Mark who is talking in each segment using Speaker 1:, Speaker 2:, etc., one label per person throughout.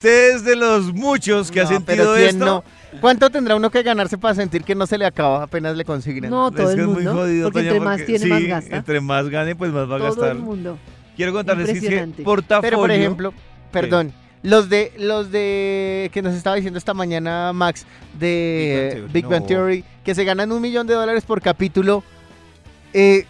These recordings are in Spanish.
Speaker 1: Usted es de los muchos que ha
Speaker 2: No,
Speaker 1: sentido
Speaker 2: ¿quién
Speaker 1: esto.
Speaker 2: no? ¿Cuánto tendrá uno que ganarse para sentir que no se le acaba apenas le consiguen?
Speaker 3: No,
Speaker 1: es
Speaker 3: todo
Speaker 1: que
Speaker 3: el
Speaker 1: es
Speaker 3: mundo.
Speaker 1: muy jodido,
Speaker 3: porque
Speaker 1: Toña,
Speaker 3: entre más
Speaker 1: porque-
Speaker 3: tiene,
Speaker 1: sí,
Speaker 3: más gasta.
Speaker 1: Entre más gane, pues más va a
Speaker 3: Todo
Speaker 1: gastar.
Speaker 3: el mundo.
Speaker 1: Quiero contarles que
Speaker 3: Impresionante.
Speaker 1: portafolio.
Speaker 2: Pero por ejemplo, perdón, los de los de que nos estaba diciendo esta mañana Max de
Speaker 1: Big
Speaker 2: Big
Speaker 1: Bang
Speaker 2: Bang
Speaker 1: Theory,
Speaker 2: Theory, que se ganan un millón de dólares por capítulo, eh,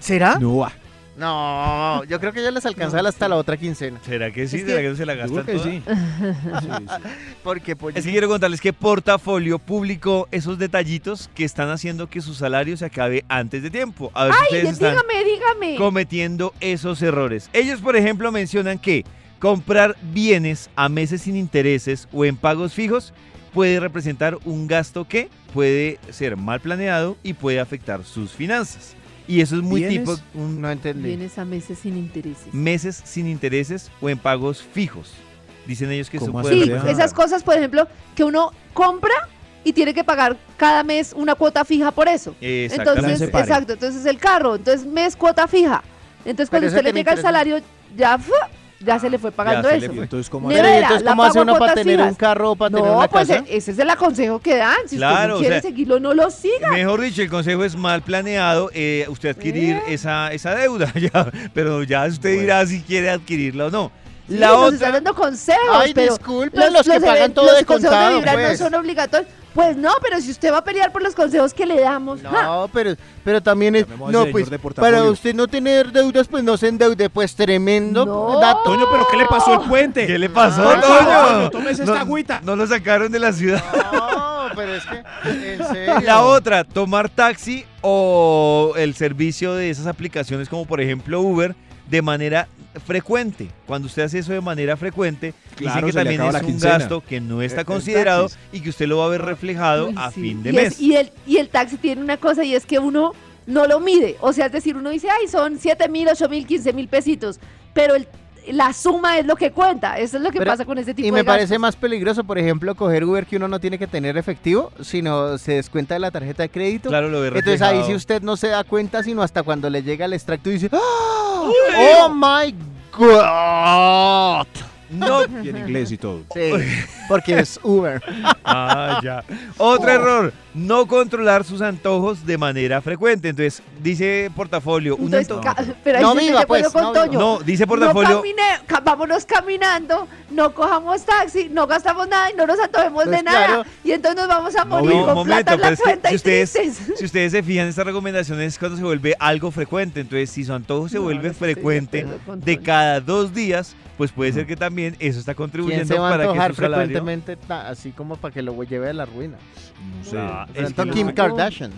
Speaker 2: ¿será?
Speaker 4: No, ah,
Speaker 2: No, yo creo que ya les alcanzará hasta la otra quincena.
Speaker 1: ¿Será que sí?
Speaker 3: Es
Speaker 1: ¿Será
Speaker 3: que-
Speaker 1: que no se la
Speaker 4: yo
Speaker 1: gastan
Speaker 4: creo que
Speaker 1: toda?
Speaker 4: sí. Sí, sí.
Speaker 2: Porque pues, pollo.
Speaker 1: Es que quiero contarles que Portafolio publicó esos detallitos que están haciendo que su salario se acabe antes de tiempo. A ver si
Speaker 3: Ay,
Speaker 1: ustedes están
Speaker 3: dígame, dígame.
Speaker 1: cometiendo esos errores. Ellos, por ejemplo, mencionan que comprar bienes a meses sin intereses o en pagos fijos puede representar un gasto que puede ser mal planeado y puede afectar sus finanzas. Y eso es muy
Speaker 4: ¿Bienes?
Speaker 1: tipo un-
Speaker 2: No entendí.
Speaker 3: Vienes a meses sin intereses.
Speaker 1: meses sin intereses o en pagos fijos. Dicen ellos que eso
Speaker 4: ¿Cómo
Speaker 1: puede
Speaker 4: así?
Speaker 3: Sí,
Speaker 4: Bueno,
Speaker 1: representar-
Speaker 3: esas cosas, por ejemplo, que uno compra y tiene que pagar cada mes una cuota fija por eso.
Speaker 1: Exactamente.
Speaker 3: Entonces,
Speaker 4: Plan separe.
Speaker 3: exacto, entonces el carro, entonces mes cuota fija. Entonces cuando
Speaker 2: eso
Speaker 3: usted le
Speaker 2: que me
Speaker 3: llega el
Speaker 2: interesa.
Speaker 3: salario, ya, fu- ya se le fue pagando
Speaker 1: se le
Speaker 3: eso.
Speaker 1: fue.
Speaker 4: Y entonces, ¿cómo
Speaker 3: Ne-
Speaker 4: haré?
Speaker 2: Pero ¿y
Speaker 3: Nevera,
Speaker 2: entonces
Speaker 3: la
Speaker 2: cómo hace
Speaker 3: pago a
Speaker 2: uno para
Speaker 3: cuotas
Speaker 2: tener un
Speaker 3: fijas.
Speaker 2: carro o para tener
Speaker 3: No,
Speaker 2: una
Speaker 3: pues
Speaker 2: casa?
Speaker 3: e- ese es el aconsejo que dan. Si usted
Speaker 1: Claro, o
Speaker 3: no quiere
Speaker 1: sea-
Speaker 3: seguirlo, no lo siga.
Speaker 1: Mejor dicho, el consejo es mal planeado eh, usted adquirir
Speaker 3: ¿Eh?
Speaker 1: esa, esa deuda, ya, pero ya usted
Speaker 4: Bueno.
Speaker 1: dirá si quiere adquirirla o no.
Speaker 3: Sí,
Speaker 1: La
Speaker 3: nos
Speaker 1: otra,
Speaker 3: están dando consejos,
Speaker 2: Ay,
Speaker 3: pero
Speaker 2: disculpen los, que
Speaker 3: even-
Speaker 2: pagan todo
Speaker 3: los
Speaker 2: de
Speaker 3: consejos de
Speaker 2: contado,
Speaker 3: vibrar
Speaker 2: pues.
Speaker 3: no son obligatorios. Pues no, pero si usted va a pelear por los consejos que le damos, ¡ja!
Speaker 2: No, pero, pero también es.
Speaker 4: Llamemos al
Speaker 2: No,
Speaker 4: señor
Speaker 2: pues.
Speaker 4: de portafolio.
Speaker 2: Para usted no tener deudas, pues no se endeude. Pues tremendo
Speaker 3: No.
Speaker 2: dato.
Speaker 4: Toño, ¿pero qué le pasó al puente?
Speaker 1: ¿qué le pasó,
Speaker 2: Ah,
Speaker 1: Toño?
Speaker 4: Toño, tómese esta
Speaker 1: No-
Speaker 4: agüita.
Speaker 1: No lo sacaron de la ciudad.
Speaker 2: No, pero es que. En serio.
Speaker 1: La otra, tomar taxi o el servicio de esas aplicaciones como por ejemplo Uber de manera frecuente. Cuando usted hace eso de manera frecuente,
Speaker 4: Claro,
Speaker 1: dice
Speaker 4: se
Speaker 1: que
Speaker 4: le
Speaker 1: también
Speaker 4: acaba
Speaker 1: es
Speaker 4: la
Speaker 1: un
Speaker 4: quincena.
Speaker 1: gasto que no está
Speaker 4: El- el
Speaker 1: considerado
Speaker 4: taxis.
Speaker 1: y que usted lo va a ver reflejado
Speaker 3: Uy,
Speaker 1: a
Speaker 3: sí.
Speaker 1: fin de
Speaker 3: y es-
Speaker 1: mes.
Speaker 3: y, el, y el taxi tiene una cosa y es que uno no lo mide. O sea, es decir, uno dice, ay, son 7 mil, 8 mil, 15 mil pesitos. Pero el- la suma es lo que cuenta. Eso es lo que
Speaker 2: Pero-
Speaker 3: pasa con ese tipo
Speaker 2: Y
Speaker 3: de
Speaker 2: me parece
Speaker 3: gastos.
Speaker 2: más peligroso, por ejemplo, coger Uber que uno no tiene que tener efectivo, sino se descuenta de la tarjeta de crédito.
Speaker 1: Claro, lo ve
Speaker 2: Entonces ahí si
Speaker 1: reflejado.
Speaker 2: usted no se da cuenta, sino hasta cuando le llega el extracto y dice, "¡Ah! ¡Oh my God!
Speaker 1: No
Speaker 4: Y en inglés y todo.
Speaker 2: Sí, porque es Uber.
Speaker 1: Ah, ya. Otro
Speaker 3: Oh.
Speaker 1: error, no controlar sus antojos de manera frecuente. Entonces, dice portafolio, un
Speaker 3: Entonces,
Speaker 1: antojo-
Speaker 3: ca- pero ahí
Speaker 2: No
Speaker 3: sí estoy
Speaker 2: viva,
Speaker 3: de acuerdo
Speaker 2: pues, no
Speaker 3: con
Speaker 2: viva.
Speaker 3: Toño.
Speaker 1: No, dice
Speaker 3: No
Speaker 1: portafolio,
Speaker 3: camine- ca- vámonos caminando, no cojamos taxi, no gastamos nada y no nos antojemos
Speaker 2: Pues
Speaker 3: de nada.
Speaker 2: claro.
Speaker 3: Y entonces nos vamos a
Speaker 1: No,
Speaker 3: morir
Speaker 1: no,
Speaker 3: con
Speaker 1: momento,
Speaker 3: plata en
Speaker 1: pero
Speaker 3: la
Speaker 1: es que
Speaker 3: cuenta
Speaker 1: si
Speaker 3: y
Speaker 1: ustedes-
Speaker 3: tristes.
Speaker 1: si ustedes se fijan, esta recomendación es cuando se vuelve algo frecuente. Entonces, si su antojo se
Speaker 3: No,
Speaker 1: vuelve
Speaker 3: no estoy de
Speaker 1: frecuente
Speaker 3: acuerdo con
Speaker 1: de
Speaker 3: Toño.
Speaker 1: cada dos días, pues puede ser que también eso está
Speaker 2: ¿Quién
Speaker 1: contribuyendo
Speaker 2: se va a
Speaker 1: para que
Speaker 2: antojar
Speaker 1: su salario...
Speaker 2: frecuentemente ta- así como para que lo lleve a la ruina?
Speaker 4: No sé.
Speaker 1: Ah,
Speaker 2: De
Speaker 1: es que
Speaker 2: pronto
Speaker 1: no-
Speaker 2: Kim
Speaker 3: no.
Speaker 2: Kardashian.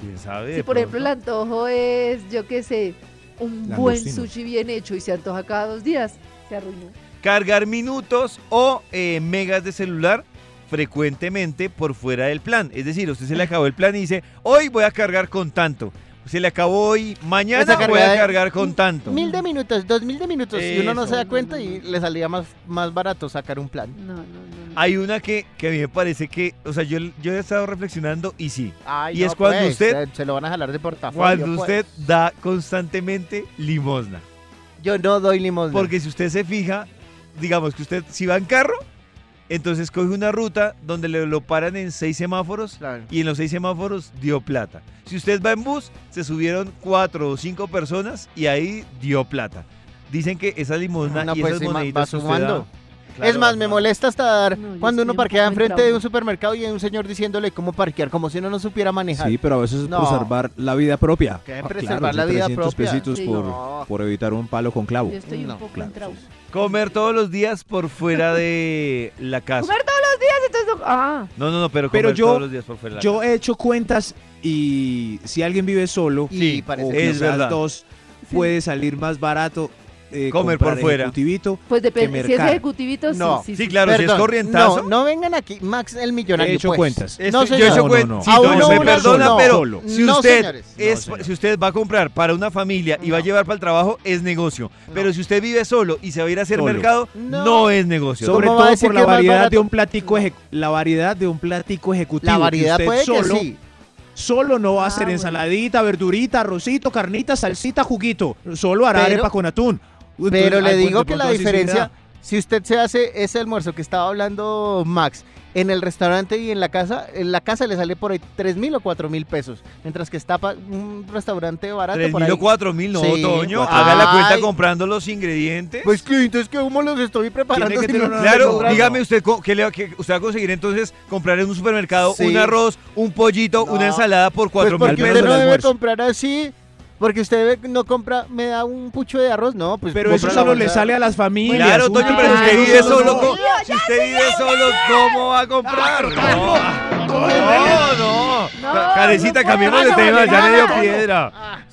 Speaker 1: ¿Quién sabe?
Speaker 3: Si
Speaker 1: de
Speaker 3: por ejemplo el
Speaker 1: pronto.
Speaker 3: antojo es, yo qué sé, un buen
Speaker 4: Langostino.
Speaker 3: sushi bien hecho y se antoja cada dos días, se arruinó.
Speaker 1: Cargar minutos o eh, megas de celular frecuentemente por fuera del plan. Es decir, a usted se le acabó el plan y dice, hoy voy a cargar con tanto. Se le acabó hoy, mañana
Speaker 2: Esa
Speaker 1: voy
Speaker 2: cargada
Speaker 1: a
Speaker 2: de-
Speaker 1: cargar con tanto.
Speaker 2: Mil de minutos, dos mil de minutos. Y uno no
Speaker 1: Eso.
Speaker 2: se da cuenta y le salía más, más barato sacar un plan.
Speaker 3: No, no, no. no.
Speaker 1: Hay una que, que a mí me parece que, o sea, yo, yo he estado reflexionando y sí.
Speaker 2: Ay,
Speaker 1: Y es cuando
Speaker 2: pues,
Speaker 1: usted-
Speaker 2: se- Se lo van a jalar de portafolio.
Speaker 1: Cuando
Speaker 2: pues.
Speaker 1: usted da constantemente limosna.
Speaker 2: Yo no doy limosna.
Speaker 1: Porque si usted se fija, digamos que usted, si va en carro, entonces coge una ruta donde le, lo paran en seis semáforos
Speaker 2: Claro.
Speaker 1: y en los seis semáforos dio plata. Si usted va en bus, se subieron cuatro o cinco personas y ahí dio plata. Dicen que esa limosna
Speaker 2: No,
Speaker 1: y
Speaker 2: pues
Speaker 1: esas
Speaker 2: sí, ma-
Speaker 1: moneditas
Speaker 2: va
Speaker 1: que usted
Speaker 2: sumando.
Speaker 1: da, claro,
Speaker 2: es más, me
Speaker 1: va-
Speaker 2: molesta hasta dar
Speaker 3: No, yo
Speaker 2: cuando uno
Speaker 3: estoy un
Speaker 2: parquea
Speaker 3: poco en
Speaker 2: enfrente de
Speaker 3: trauma.
Speaker 2: un supermercado y hay un señor diciéndole cómo parquear, como si uno no supiera manejar.
Speaker 4: Sí, pero a veces es
Speaker 2: No.
Speaker 4: preservar la vida propia.
Speaker 2: ¿Qué?
Speaker 4: Ah,
Speaker 2: Preservar
Speaker 4: claro,
Speaker 2: la
Speaker 4: son
Speaker 2: vida
Speaker 4: 300
Speaker 2: propia.
Speaker 4: pesitos
Speaker 3: Sí.
Speaker 4: por,
Speaker 2: No.
Speaker 4: por evitar un palo con clavo.
Speaker 3: Yo estoy un
Speaker 2: No,
Speaker 3: poco
Speaker 4: claro,
Speaker 3: en trauma.
Speaker 4: sí, sí.
Speaker 1: Comer todos los días por fuera de la casa.
Speaker 3: Comer todos los días, entonces no- ah,
Speaker 1: No, no, no, pero comer
Speaker 4: Pero yo-
Speaker 1: todos los días por fuera de la
Speaker 4: Yo
Speaker 1: casa.
Speaker 4: he hecho cuentas y si alguien vive solo,
Speaker 2: Y
Speaker 1: Sí,
Speaker 2: parece
Speaker 4: o
Speaker 2: que
Speaker 1: es
Speaker 4: quizás
Speaker 1: verdad.
Speaker 4: dos, puede salir más barato eh,
Speaker 1: Comer por
Speaker 4: comprar
Speaker 1: fuera.
Speaker 4: ejecutivito.
Speaker 3: pues depende, si es
Speaker 4: mercar.
Speaker 3: ejecutivito, sí,
Speaker 2: No.
Speaker 3: sí,
Speaker 1: Sí,
Speaker 3: sí.
Speaker 1: claro, si es
Speaker 2: Perdón,
Speaker 1: corrientazo.
Speaker 2: No, no vengan aquí, Max el millonario.
Speaker 4: He hecho
Speaker 2: pues.
Speaker 4: cuentas.
Speaker 1: Este,
Speaker 2: No,
Speaker 1: yo
Speaker 2: señor.
Speaker 1: he hecho
Speaker 4: No,
Speaker 1: cuen-
Speaker 4: no, no.
Speaker 1: Sí,
Speaker 2: A
Speaker 1: doña,
Speaker 2: uno
Speaker 1: me
Speaker 2: una
Speaker 1: perdona,
Speaker 2: sola.
Speaker 1: pero
Speaker 4: Solo.
Speaker 1: si
Speaker 2: No,
Speaker 1: usted
Speaker 2: señores.
Speaker 1: es,
Speaker 4: No, señor.
Speaker 1: si usted va a comprar para una familia y va a
Speaker 2: No.
Speaker 1: llevar para el trabajo es negocio,
Speaker 2: No.
Speaker 1: pero si usted vive solo y se va a ir a hacer
Speaker 4: Solo.
Speaker 1: mercado no.
Speaker 2: No.
Speaker 1: es negocio.
Speaker 4: Sobre
Speaker 2: ¿Cómo va a
Speaker 4: todo
Speaker 2: decir
Speaker 4: por
Speaker 2: que
Speaker 4: la
Speaker 2: es más
Speaker 4: variedad de
Speaker 2: barato?
Speaker 4: un platico ejecu- la variedad de un platico ejecutivo.
Speaker 2: La
Speaker 4: que
Speaker 2: variedad
Speaker 4: usted
Speaker 2: puede
Speaker 4: solo,
Speaker 2: que sí.
Speaker 4: Solo no va
Speaker 3: Ah,
Speaker 4: a ser
Speaker 3: bueno.
Speaker 4: ensaladita, verdurita, arrocito, carnita, salsita, juguito. Solo hará
Speaker 2: Pero-
Speaker 4: arepa con atún. Entonces,
Speaker 2: Pero
Speaker 4: ay,
Speaker 2: le
Speaker 4: pues,
Speaker 2: digo
Speaker 4: de
Speaker 2: que
Speaker 4: pronto
Speaker 2: la
Speaker 4: así se
Speaker 2: diferencia,
Speaker 4: da.
Speaker 2: si usted se hace ese almuerzo que estaba hablando Max en el restaurante y en la casa, en la casa le sale por ahí 3 mil o 4 mil pesos. Mientras que está pa- un restaurante barato
Speaker 1: ¿Tres
Speaker 2: por
Speaker 1: mil
Speaker 2: ahí.
Speaker 1: o cuatro mil? No,
Speaker 2: Sí,
Speaker 1: Toño.
Speaker 2: cuatro-
Speaker 1: Haga la cuenta
Speaker 2: Ay.
Speaker 1: comprando los ingredientes.
Speaker 2: Pues que entonces que cómo los estoy preparando.
Speaker 4: Tiene que
Speaker 2: si
Speaker 4: tener
Speaker 2: no
Speaker 4: una-
Speaker 2: los
Speaker 1: Claro,
Speaker 2: estoy
Speaker 4: no.
Speaker 1: dígame usted co- qué le va- qué- usted va a conseguir entonces comprar en un supermercado
Speaker 2: Sí.
Speaker 1: un arroz, un pollito,
Speaker 2: No.
Speaker 1: una ensalada por
Speaker 2: Pues
Speaker 1: cuatro mil
Speaker 2: porque usted
Speaker 1: pesos.
Speaker 2: no
Speaker 4: al
Speaker 2: debe
Speaker 4: almuerzo.
Speaker 2: comprar así, porque usted debe- no compra, me da un pucho de arroz, no, pues
Speaker 4: Pero
Speaker 2: compra
Speaker 4: eso
Speaker 2: la
Speaker 4: solo le
Speaker 2: bolsa.
Speaker 4: sale a las familias.
Speaker 1: Claro,
Speaker 4: una
Speaker 1: Toño, pero
Speaker 3: Ay,
Speaker 1: usted
Speaker 4: persona
Speaker 1: vive
Speaker 3: no,
Speaker 1: solo,
Speaker 3: no.
Speaker 1: co-
Speaker 3: Yo ya
Speaker 1: si usted vive solo, ¿cómo va a comprar? No, no,
Speaker 3: No,
Speaker 1: Carecita,
Speaker 3: no
Speaker 1: cambiemos de
Speaker 3: puedo,
Speaker 1: tema, ya le dio
Speaker 3: no.
Speaker 1: piedra.